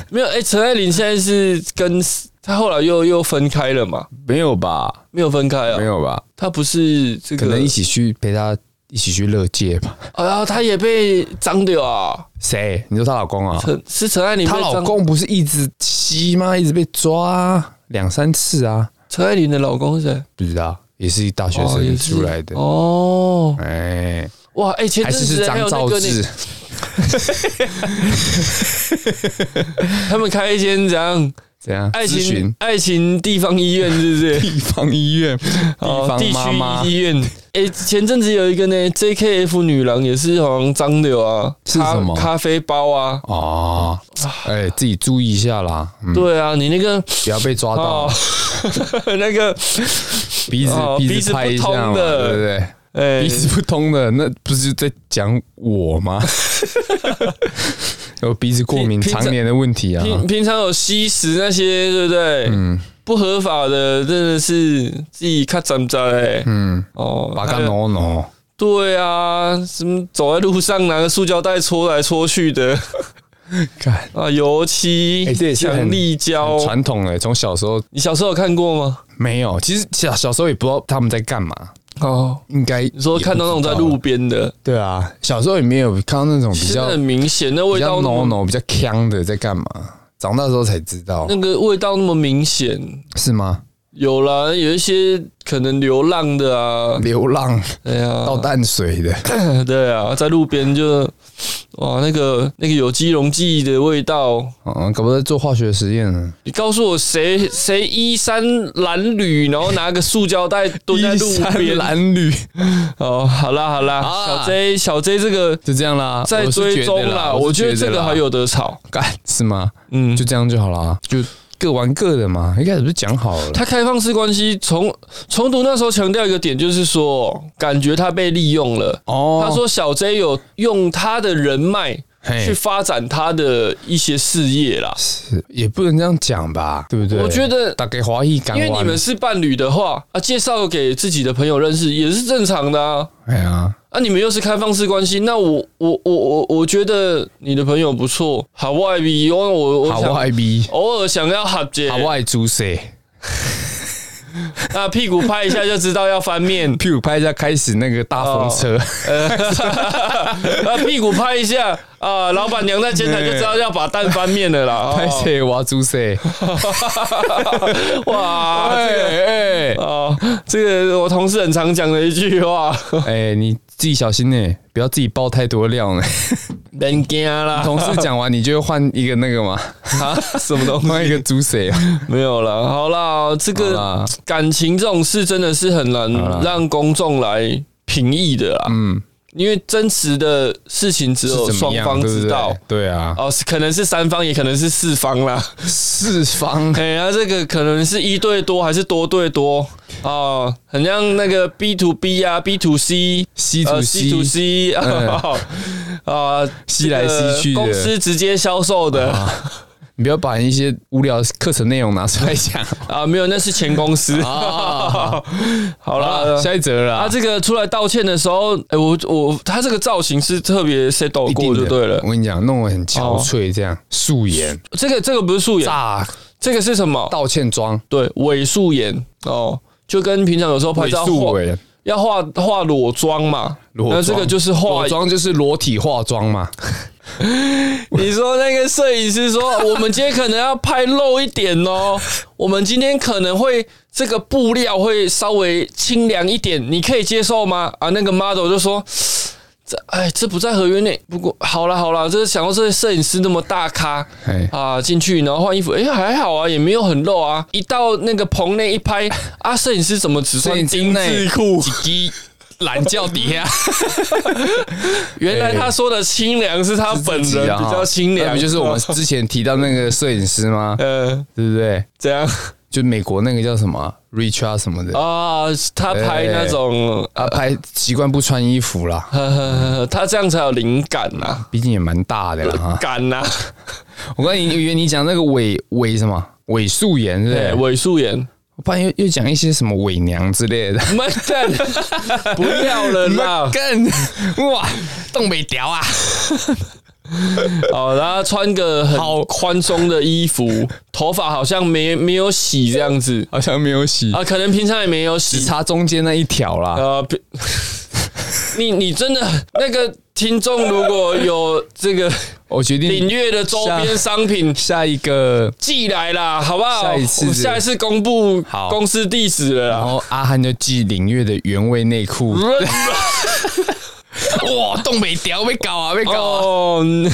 B: 没有，哎、陈爱玲现在是跟她后来又又分开了嘛？
A: 没有吧？
B: 没有分开啊、
A: 没有吧？
B: 她不是这
A: 可
B: 个
A: 能一起去陪她一起去乐界吧？
B: 哎呀，她也被脏掉啊！
A: 谁？你说她老公啊？
B: 陈是陈爱玲被
A: 她老
B: 脏，
A: 公不是一直吸吗？一直被抓两三次啊？
B: 陈爱玲的老公是谁？
A: 不知道，也是大学
B: 哦也
A: 生
B: 是
A: 出来的。
B: 哦，
A: 哎，
B: 哇！哎、前
A: 还
B: 阵
A: 是是
B: 子还有
A: 张
B: 那
A: 兆
B: 个
A: 志
B: 你，他们开一间怎样
A: 怎样？
B: 爱
A: 咨询
B: 情爱情地方医院是不 是？
A: 地方医院，
B: 哦
A: 地方妈妈
B: 地区医院。哎、前阵子有一个呢，JKF 女郎也是好像脏的啊，
A: 是
B: 咖
A: 什么
B: 咖啡包啊？
A: 哦，哎，自己注意一下啦，嗯，
B: 对啊，你那个
A: 不要被抓到
B: 哦， 那个
A: 鼻子
B: 哦鼻
A: 鼻
B: 子
A: 子拍一
B: 不
A: 下
B: 通
A: 嘛，
B: 的
A: 对不对？
B: 哎、
A: 鼻子不通的，那不是在讲我吗？ 有鼻子过敏
B: 平平常
A: 常年的问题啊，
B: 平平常有吸食那些，对不对？
A: 嗯
B: 不合法的真的是自己看怎么着嘞？
A: 嗯，
B: 哦，
A: 把
B: 还
A: 它
B: 有
A: 挪挪，
B: 对啊，什么走在路上拿个塑胶袋戳来戳去的
A: 看
B: 啊，油漆
A: 哎这也、是很
B: 强力胶，
A: 传统的，从小时候
B: 你小时候有看过吗？
A: 没有，其实小小时候也不知道他们在干嘛，
B: 哦，
A: 应该
B: 你说看到那种在路边的，
A: 对啊，小时候也没有看到那种比
B: 真
A: 较
B: 的很明显，那
A: 啊比
B: 味
A: 较
B: 道那
A: 浓
B: 么
A: 浓、比较呛的在干嘛？长大之后才知道
B: 那个味道那么明显，
A: 是吗？
B: 有啦，有一些可能流浪的啊，
A: 流浪
B: 对呀，
A: 倒淡水的，
B: 对啊，在路边就哇，那个那个有机溶剂的味道，
A: 嗯，搞不好在做化学实验呢。
B: 你告诉我谁谁衣衫褴褛，然后拿个塑胶袋蹲在
A: 衣
B: 路
A: 衫
B: 边？
A: 褴褛，
B: 哦，好啦好啦，
A: 啊
B: 小 J 小 J 这个
A: 就这样啦，我
B: 在
A: 是
B: 追
A: 觉得
B: 踪
A: 啦，
B: 啦，我觉得
A: 是
B: 这个
A: 啦
B: 还有得吵，
A: 干是吗？
B: 嗯，
A: 就这样就好啦，就各玩各的嘛。一开始不是讲好了？
B: 他开放式关系重重读那时候强调一个点，就是说感觉他被利用了。
A: 哦，
B: 他说小 J 有用他的人脉去
A: 嘿，
B: 发展他的一些事业啦。
A: 是也不能这样讲吧，对不对？
B: 我觉得，
A: 打给华裔港
B: 因
A: 湾，
B: 为你们是伴侣的话啊，介绍给自己的朋友认识也是正常的啊。
A: 哎呀，
B: 啊，你们又是开放式关系，那我我我我我觉得你的朋友不错，好外比，因为我我
A: 好
B: 想哦
A: 外逼，
B: 偶尔想要合结
A: 好，外猪谁？
B: 那屁股拍一下就知道要翻面。
A: 屁股拍一下，开始那个大风车，
B: 哦啊， 屁股拍一下啊，老板娘在前台就知道要把蛋翻面了啦。哦
A: 拍谁挖猪谁？
B: 哦哇，这个
A: 哎哎
B: 啊，这个我同事很常讲的一 句话，
A: 哎，你自己小心呢，不要自己爆太多料呢。
B: 人家啦，
A: 同事讲完，你就换一个那个嘛，
B: 啊，什么东西
A: 换一个猪谁？
B: 没有啦，好啦，这
A: 好
B: 个
A: 啦
B: 感情这种事真的是很难
A: 好啦
B: 让公众来评议的啦，
A: 嗯，
B: 因为真实的事情只有
A: 是怎
B: 双
A: 么样？
B: 方
A: 对不
B: 知道
A: 对。？对啊，
B: 哦，是可能是三方，也可能是四方啦。
A: 四方
B: 哎呀，这个可能是一对多还是多对多哦，很像那个 B to B 啊，B to C，
A: C to
B: 呃 C to
A: C
B: C 啊，啊，
A: 吸来吸去
B: 公
A: 的，啊
B: 司直接销售的
A: 你不要把一些无聊课程内容拿出来讲
B: 啊，没有，那是前公司。
A: 啊。
B: 好
A: 好
B: 啦
A: 了，，下一则
B: 他
A: 了啦，
B: 这个出来道歉的时候，哎，我我他这个造型是特别 set
A: 一定
B: 过就
A: 的
B: 对了
A: 我。跟你讲，弄得很憔悴，这样素颜
B: 这个这个不是素颜，
A: 大
B: 这个是什么？
A: 道歉妆，
B: 对，伪素颜哦，就跟平常有时候拍
A: 伪
B: 照
A: 素
B: 化
A: 伪。
B: 要化化裸妆嘛，
A: 裸妆
B: 那这个就是化
A: 裸。妆就是裸体化妆嘛，
B: 你说那个摄影师说，我们今天可能要拍露一点 哦，我们今天可能会这个布料会稍微清凉一点，你可以接受吗？啊，那个 model 就说。这哎，这不在合约内。不过好了好了，这想到这些摄影师那么大咖
A: 哎，
B: 啊，进去然后换衣服，哎还好啊，也没有很露啊。一到那个棚内一拍，啊，摄影师怎么只穿丁字裤？
A: 裤，几滴懒觉底下，
B: 原来他说的清凉是他本人比较
A: 啊
B: 清
A: 哦那
B: 凉，哦
A: 不就是我们之前提到那个摄影师 吗？
B: 呃
A: 对不对？
B: 怎样
A: 就美国那个叫什么 Richard 什么的，
B: 啊？他拍那种，
A: 他拍习惯不穿衣服啦，
B: 呵呵呵他这样才有灵感呐，
A: 毕竟也蛮大的了哈。
B: 感啊呐，
A: 我刚才以为你讲那个伪伪什么伪素颜，对不
B: 对，
A: 对？
B: 伪哎素颜，
A: 我怕又又讲一些什么伪娘之类的。
B: 妈蛋， 不要了啦！
A: 啊干哇，东北屌啊！
B: 好，然后穿个很宽松的衣服，头发好像没没有洗这样子
A: 好像没有洗，
B: 啊，可能平常也没有
A: 只
B: 洗。
A: 差中间那一条啦。
B: 呃，不 你你真的那个听众如果有这个
A: 我决
B: 领
A: 定
B: 月的周边商品，
A: 下一个，
B: 寄来啦，好不好？
A: 下一次
B: 我下一次公布
A: 好
B: 公司地址了
A: 然
B: 啦。
A: 后阿汉就寄领月的原味内裤。
B: 嗯
A: 哇，东北屌被搞啊，被搞啊！
B: 哦，嗯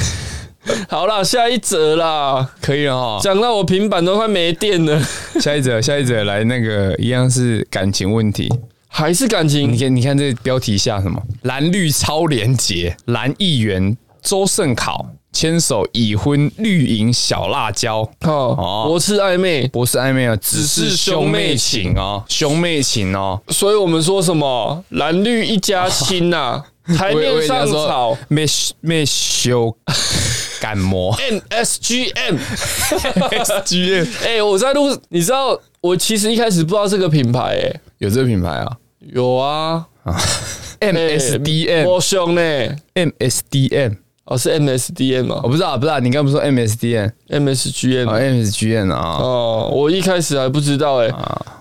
B: 好啦，下一则啦，
A: 可以了哦。
B: 讲到我平板都快没电了，
A: 下一则，下一则来那个一样是感情问题。
B: 还是感
A: 你
B: 情
A: 看，你看这标题下什么？蓝绿超廉洁，蓝议员周盛考牵手已婚绿营小辣椒。
B: 哦，
A: 哦
B: 我是暧昧，
A: 不是暧昧哦，只
B: 是
A: 是
B: 兄
A: 兄
B: 妹
A: 妹
B: 情
A: 情哦，兄妹情哦。
B: 所以我们说什么蓝绿一家亲呐、
A: 我
B: 台
A: 以
B: 面
A: 为
B: 上
A: 你要说
B: 草
A: 妹妹修感魔
B: NSGM。
A: G M
B: 哎、我在路，你知道我其实一开始不知道这个品牌、哎，
A: 有这个品牌啊
B: 有啊
A: ，M S D M
B: 我凶呢，
A: M S D M，
B: 哎
A: 哦
B: 哦是 MSDM 嘛
A: 我不知道，不知道，你刚不是说 M S D M
B: ，MSGM
A: 啊，M S G M 啊，
B: 哦，我一开始还不知道哎、欸，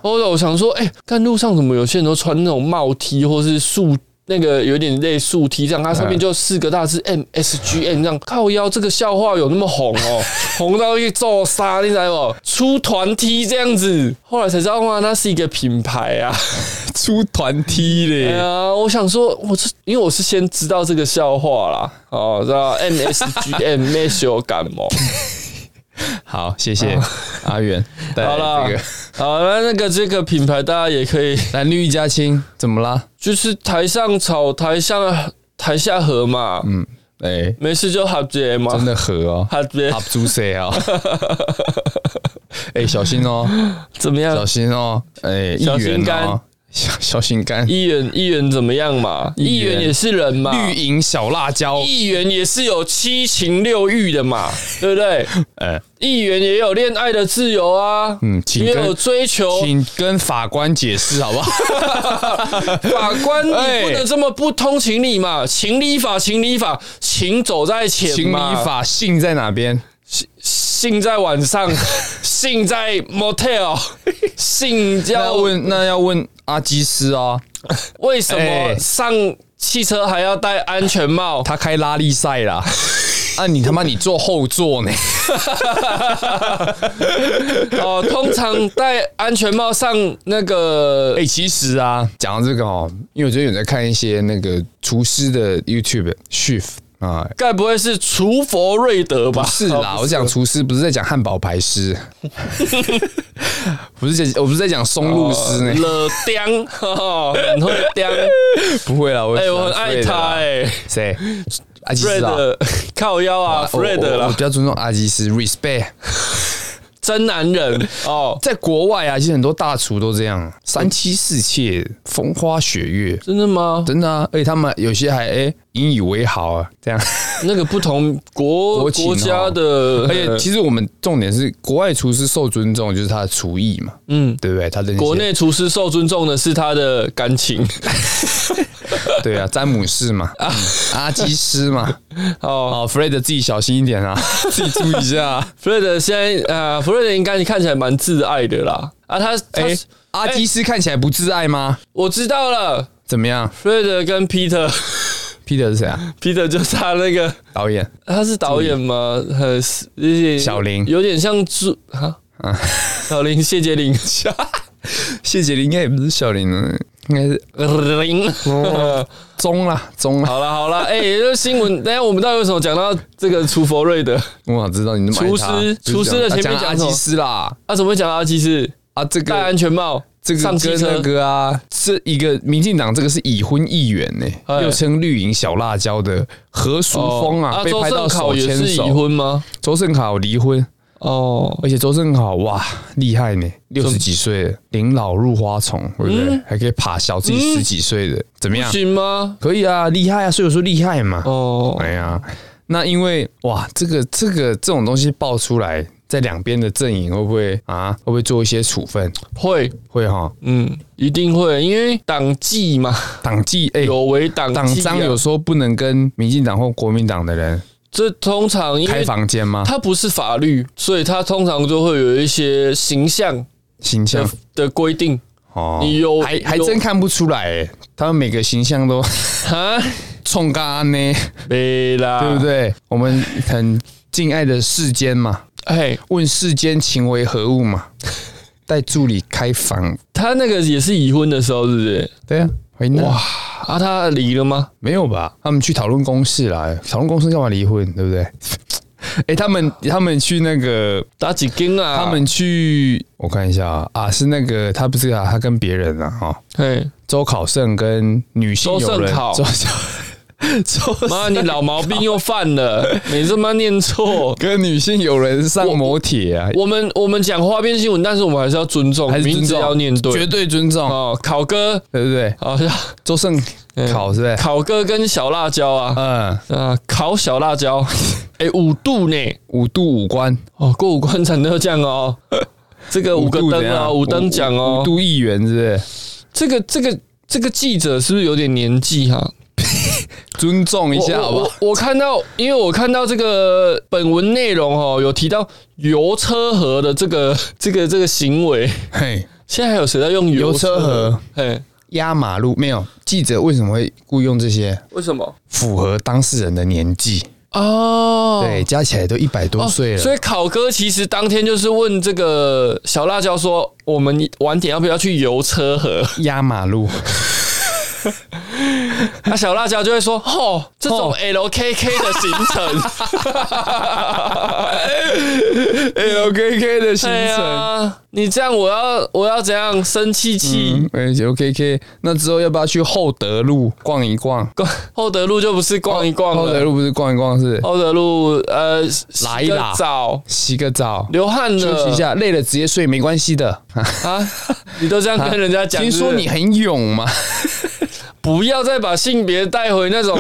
B: 后来我想说，哎、看路上怎么有些人都穿那种帽 T 或是竖那个有点类竖 T 这样，它上面就四个大字 M S G M 这样，靠腰这个笑话有那么红哦， 红到一做沙，你知道不？出团 T 这样子，后来才知道哇，那是一个品牌啊。
A: 出团 T
B: 哎
A: 嘞，
B: 呀，我想说，我是因为我是先知道这个笑话啦，哦，知道 M S G M 没修感哦冒。
A: 好，谢谢阿远带
B: 啊 好
A: 来
B: 啦
A: 这个
B: 好，那那个这个品牌大家也可以。
A: 蓝绿一家亲，怎么啦？
B: 就是台上吵，台上台下和嘛，
A: 嗯，哎，
B: 没事就合结
A: 真
B: 嘛，
A: 的合 哦，
B: 合结
A: 阿猪谁啊？ 哎，小心 哦，
B: 怎么
A: 小
B: 样？
A: 心哦，哎，议
B: 小心
A: 员
B: 肝
A: 哦，小小心肝，
B: 议员议员怎么样嘛？议
A: 议员
B: 员也是人嘛，
A: 绿营小辣椒，
B: 议员也是有七情六欲 的嘛，对不对？
A: 呃，
B: 议员也有恋爱的自由啊，
A: 嗯，请
B: 也有
A: 跟
B: 追求。
A: 请跟法官解释好不 好？
B: 哎法官，你
A: 哎
B: 不能这么不通情理嘛，情理法，情理法，情走在前
A: 情理
B: 嘛，
A: 法性在哪边？
B: 性在晚 上，性在 motel，性
A: 那
B: 要
A: 要问那要问阿基斯啊，
B: 为什么
A: 哎
B: 上汽车还要戴安全帽？
A: 他开拉力赛 啦。啊，你他妈你坐后座呢？
B: 哦，通常戴安全帽上那个
A: 哎、其实啊，讲到这个哦，因为我最近有在看一些那个厨师的 YouTube shift 啊，
B: 该不会是厨佛瑞德吧？ 哦
A: 不是哦啦，我讲厨师不是在讲汉堡排师， 不是在我不是在讲松露师呢，
B: 了刁，哦很会刁。
A: 不会啦，我
B: 哎，我很爱他哎
A: 谁？阿基啊斯啊，
B: ，Fred 靠腰啊
A: 我
B: ，Fred
A: 我我
B: 啦
A: 比，较尊重阿基斯，respect。
B: 真男人哦，
A: 在国外啊，其实很多大厨都这样，三妻四妾，风花雪月，
B: 真的吗？
A: 真的啊。而且他们有些还哎、引以为豪啊，这样。
B: 那个不同国
A: 国情哦
B: 国家 的，
A: 而且其实我们重点是，国外厨师受尊重就是他的厨艺嘛，
B: 嗯。
A: 对不对？他的那些
B: 国内厨师受尊重的是他的感情
A: 对啊，詹姆士嘛，嗯阿基斯嘛，
B: 哦，
A: 哦，Fred 自己小心一点啊，自己注意一下 啊。
B: 弗瑞德现在呃，弗瑞德应该看起来蛮自爱的啦。啊，他他、
A: 哎、阿基斯看起来不自爱吗？
B: 我知道了，
A: 怎么样
B: 弗瑞德跟 Peter，Peter
A: ？Peter 是谁啊？
B: 就是他那个，
A: 导演
B: 他是导演吗？很有点
A: 小林
B: 有点像朱啊，小林谢 杰林
A: 谢杰林应该也不是小林了，应该是
B: 林。
A: 哦中啦中啦。
B: 好了好了，哎、这个新闻，等一下我们到底为什么讲到这个厨佛瑞德？
A: 我想知道你那么爱他
B: 厨师
A: 就是
B: 厨
A: 这样
B: 师的前面
A: 啊
B: 讲
A: 阿
B: 什么
A: 基斯啦
B: 啊，怎么会讲到其实
A: 啊，这
B: 戴
A: 个
B: 安全帽？
A: 这个
B: 上汽
A: 跟
B: 车
A: 那个啊，这一个民进党这个是已婚议员呢、
B: 哎
A: 又称绿营小辣椒的何淑峰啊，
B: 哦
A: 被
B: 周
A: 拍到
B: 正考
A: 手
B: 也
A: 牵
B: 是已
A: 手。
B: 婚吗？
A: 周盛考离婚，
B: 哦，
A: 而且周盛考哇厉害呢、六十几岁了，临老入花丛，对不对？还可以爬小自己十几岁
B: 嗯
A: 的，怎么样？
B: 行吗？
A: 可以啊，厉害啊，所以我说厉害嘛。
B: 哦，
A: 哎呀，那因为哇，这个这个这种东西爆出来，在两边的阵营会不会啊？会不会做一些处分？
B: 会，
A: 会哈，
B: 嗯，一定会，因为党纪 嘛，
A: 党纪哎，
B: 有违党纪啊
A: 党章有说不能跟民进党或国民党的人
B: 这通常因
A: 开
B: 为
A: 房间吗？
B: 它不是法律，所以它通常就会有一些形象
A: 形象
B: 的的规定
A: 嗯哦，
B: 呃你有
A: 还还
B: 有
A: 真看不出来欸，他们每个形象都
B: 啊，
A: 冲干呢，
B: 没啦，
A: 对不？对？我们很敬爱的世间嘛，
B: 哎，
A: 问世间情为何物嘛，带助理开房，
B: 他那个也是已婚的时候，是不是？
A: 对啊，回那
B: 哇，啊，他离了吗？
A: 没有吧？他们去讨论公事啦，讨论公事干嘛离婚，对不 对？哎、他们他们去那个，
B: 打几根啊？
A: 他们去，我看一下啊，啊是那个他不是啊，他跟别人啊，哦，
B: 哎，
A: 周考胜跟女性
B: 周
A: 友人
B: 圣考
A: 周周周
B: 妈，你老毛病又 犯了，每次妈念错。
A: 跟女性友人上摩铁啊，
B: 我们我们讲花边新闻，但是我们还是要尊重
A: 还是尊重
B: 名字要念
A: 绝
B: 对
A: 对尊重，
B: 哦。考哥
A: 对不对？
B: 好像
A: 周胜考是不是？
B: 考哥跟小辣椒啊，
A: 嗯，
B: 啊，烤小辣椒， 哎，五度呢？
A: 五度五关，
B: 哦，过五关斩六将哦， 这个五个
A: 度
B: 灯
A: 怎
B: 啊，
A: 样
B: 五灯奖
A: 五
B: 哦，
A: 度一元是不是？
B: 这个这个这个记者是不是有点年纪哈、
A: 尊重一下好不
B: 我
A: 好？
B: 我我看到，因为我看到这个本文内容哦，有提到油车河的这个 这个这个行为，
A: 嘿，
B: 现在还有谁在用油
A: 油车河。
B: 哎，
A: 压马路没有记者为什么会雇佣这些
B: 为什么？
A: 符合当事人的年纪？
B: 哦，
A: 对，加起来都一百多
B: 哦，
A: 岁了。
B: 所以考哥其实当天就是问这个小辣椒说，我们晚点要不要去油车 河？
A: 压马 路，
B: 那小辣椒就会说：“吼、这种
A: 哦
B: LKK 的行程，
A: L K K 的行程，
B: 对啊，你这样我要我要怎样生气气？
A: 嗯，L K K。那之后要不要去厚德路逛一 逛？
B: 逛厚德路就不是逛一逛
A: 哦厚德
B: 了，
A: 路不是逛一逛，是
B: 厚德路呃
A: 来一拉
B: 洗个澡
A: 洗个澡，
B: 流汗了，
A: 休息一下，累了直接睡没关系的。
B: 啊！你都这样跟人家讲，
A: 听
B: 是不
A: 说
B: 是
A: 你很勇嘛，
B: 不要再把性别带回 那种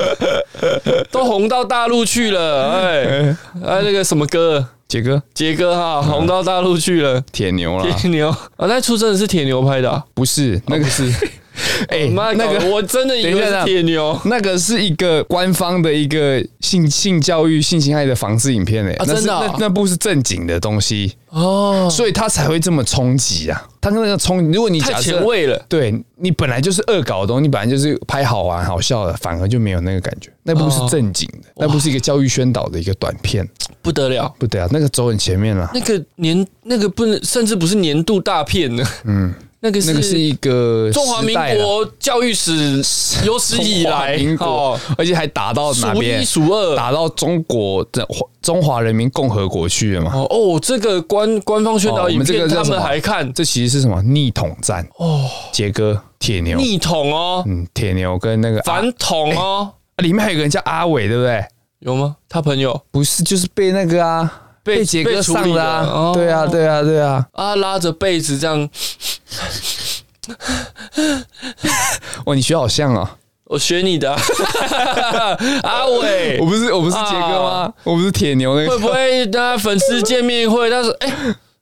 B: 都红到大陆去了，哎 哎那个什么哥
A: 杰哥，
B: 杰哥
A: 啊
B: 哈，红到大陆去了，
A: 铁牛啦，
B: 铁牛啊，那出真的是铁牛拍的啊、
A: 不是那个是， 哎，
B: 妈
A: 那
B: 那
A: 个
B: 个我真的以为是铁牛
A: 那个是一个官方的一个性性教育、性侵害的防治影片诶、
B: 啊
A: 那是
B: 真的啊
A: 那那部是正经的东西，
B: 哦，
A: 所以他才会这么冲击啊！他跟那个冲，如果你
B: 太
A: 假
B: 前
A: 设
B: 卫了。
A: 对你本来就是恶搞的东西，你本来就是拍好玩好笑的，反而就没有那个感觉。那部是正经
B: 哦
A: 的，那部是一个教育宣导的一个短片，
B: 不得了，
A: 不对啊，那个走很前面了。
B: 那个年那个不能，甚至不是年度大片呢。嗯，那个是
A: 那个是一个
B: 中华民
A: 时代啦
B: 国教育史有史以
A: 啊中华
B: 来
A: 民国
B: 哦，，
A: 而且还打到哪
B: 数
A: 边
B: 一？数二。
A: 打到中国的中华人民共和国去了嘛？
B: 哦哦，这个官官方宣
A: 哦
B: 导
A: 我
B: 影
A: 们这
B: 片
A: 个叫
B: 他
A: 什
B: 们
A: 么
B: 还看
A: 这其实是什么逆统战哦，杰哥铁牛，
B: 逆统哦，
A: 嗯，铁牛跟那个啊
B: 反统哦，
A: 里面还有一个人叫阿伟，对不对？
B: 有吗？他朋友
A: 不是，就是被那个啊，
B: 被
A: 被杰哥上的
B: 被处理的哦
A: 啊，对啊，对啊，对啊，
B: 啊，拉着被子这样，
A: 哇，你学好像啊，
B: 我学你 的啊阿伟
A: 我，不是我不是杰哥吗？我不是铁牛那
B: 哎啊会不
A: 个，
B: 会那粉丝见面会？他说：“哎、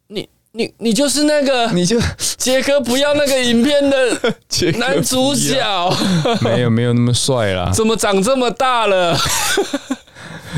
B: 你你你就是那个
A: 你就
B: 杰哥不要那个影 片的
A: 杰哥啊
B: 男主角，
A: 没有没有那么帅啦，
B: 怎么长这么 大了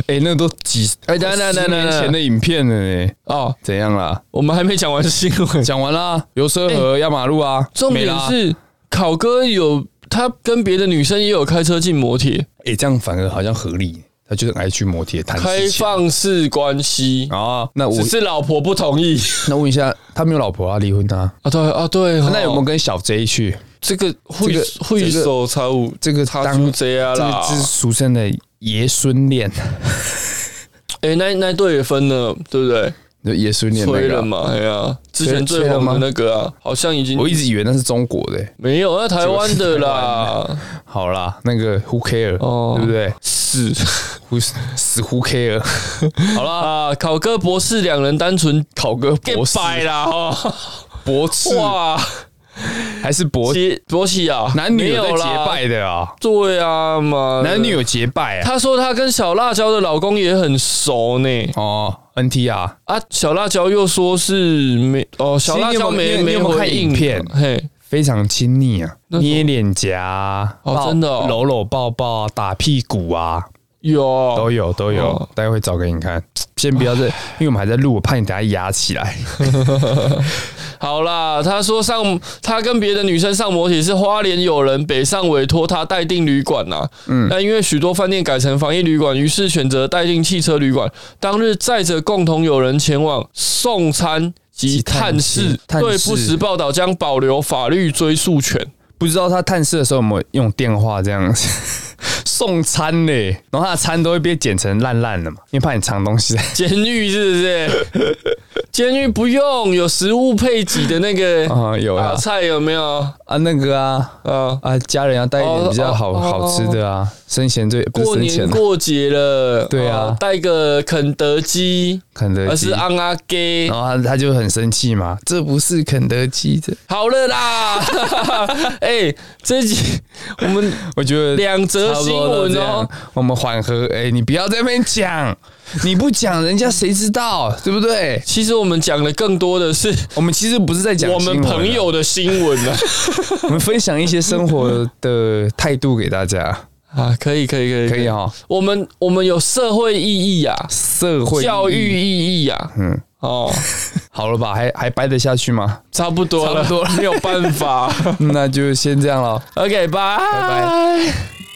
A: 哎，那都几哎，
B: 等一下等
A: 十
B: 一下
A: 年
B: 等一下
A: 前的影片了呢？”，
B: 哦，
A: 怎样啦？
B: 我们还没讲完新闻，
A: 讲完啦，游车河压马路啊，
B: 哎重
A: 没
B: 点
A: 啦，
B: 是考哥有他跟别的女生也有开车进摩铁，
A: 哎，这样反而好像合理，他就是很爱去摩铁谈
B: 开
A: 事情
B: 放式关系，
A: 啊。那我
B: 只是老婆不同意
A: 那问一下，他没有老婆啊，离婚啊？
B: 啊，对啊对哦，
A: 那有没有跟小 J 去？
B: 这个会
A: 这个
B: 会手才有
A: 这个
B: 他
A: 当
B: 出这啊
A: 这
B: 啦
A: 个，是俗称的爷孙恋，
B: 哎，那那队也分了，对不对？
A: 就爷孙恋那
B: 吹
A: 个
B: 了
A: 啊。
B: 嘛，哎呀，之前
A: 吹
B: 最
A: 吹了
B: 红的
A: 吗
B: 那个啊，好像已经
A: 我一直以为那是中国的欸、
B: 没有，那台湾的啦，
A: 好啦，那个 Who care，、
B: 哦
A: 对不对？
B: 是
A: Who 死 Who care？
B: 好啦， 啊考哥博士两人单纯
A: 考哥博
B: 变
A: 士，
B: 掰啦哈，
A: 博士
B: 哇，
A: 还是博
B: 结博士啊，
A: 男女有在
B: 没有
A: 结
B: 啦，
A: 拜的啊？
B: 对啊嘛，
A: 男女。有结拜啊？
B: 他说他跟小辣椒的老公也很熟呢，
A: 哦，NT 啊，
B: 啊，小辣椒又说是没哦，小辣椒
A: 其
B: 没
A: 实你有没有你
B: 没
A: 有没有
B: 回
A: 看
B: 应
A: 影片
B: 嘿，
A: 非常亲昵啊，
B: 那种
A: 捏脸颊啊，
B: 哦
A: 抱
B: 真的哦
A: 搂搂抱抱啊，打屁股啊，
B: 有
A: 都有都有
B: 哦，
A: 待会找给你看。先不要 这，因为我们还在录，我怕你等下压起来。
B: 好啦，他说上他跟别的女生上摩铁是花莲友人北上委托他代订旅馆呐、嗯，那因为许多饭店改成防疫旅馆，于是选择代订汽车旅馆。当日载着共同友人前往送餐及
A: 及探
B: 探视，
A: 探视
B: 对不实报道将保留法律追诉权。
A: 不知道他探视的时候有没有用电话这样 子送餐嘞，然后他的餐都会被剪成烂烂的嘛，因为怕你藏东 西在。
B: 监狱是不是？ 监狱不用有食物配给的那个
A: 啊，有
B: 打
A: 啊
B: 菜哦有没有？
A: 啊，那个啊
B: 啊，
A: 啊，家人要带一点比较好
B: 哦哦
A: 好吃的啊，生前最不
B: 过
A: 是生
B: 年
A: 前啊，
B: 过节了，
A: 对啊
B: 哦带个肯德基，
A: 肯德
B: 而
A: 基哦
B: 是。啊昂阿给
A: 然，后他他就很生气嘛，这不是肯德基的，
B: 好 了啦。哎，这一集我们
A: 我觉得
B: 两则
A: 差不
B: 新
A: 多都
B: 闻
A: 这
B: 哦
A: 样，，我们缓和。哎、你不要在那边讲，你不讲，人家谁知道，对不对？
B: 其实我们讲的更多的是
A: 我们其实不是在讲
B: 我们
A: 新闻啊
B: 朋，友的新闻 啊。
A: 我们分享一些生活的态度给大 家，
B: 啊，可以可以可以
A: 可以，哈、
B: 我们我们有社会意义啊，
A: 社会
B: 教
A: 意义
B: 育意义啊，嗯，哦。
A: 好了吧？还还掰得下去吗？
B: 差不多
A: 差
B: 了，
A: 不多了
B: 没有办法。
A: 那就先这样了。
B: OK，拜拜
A: 拜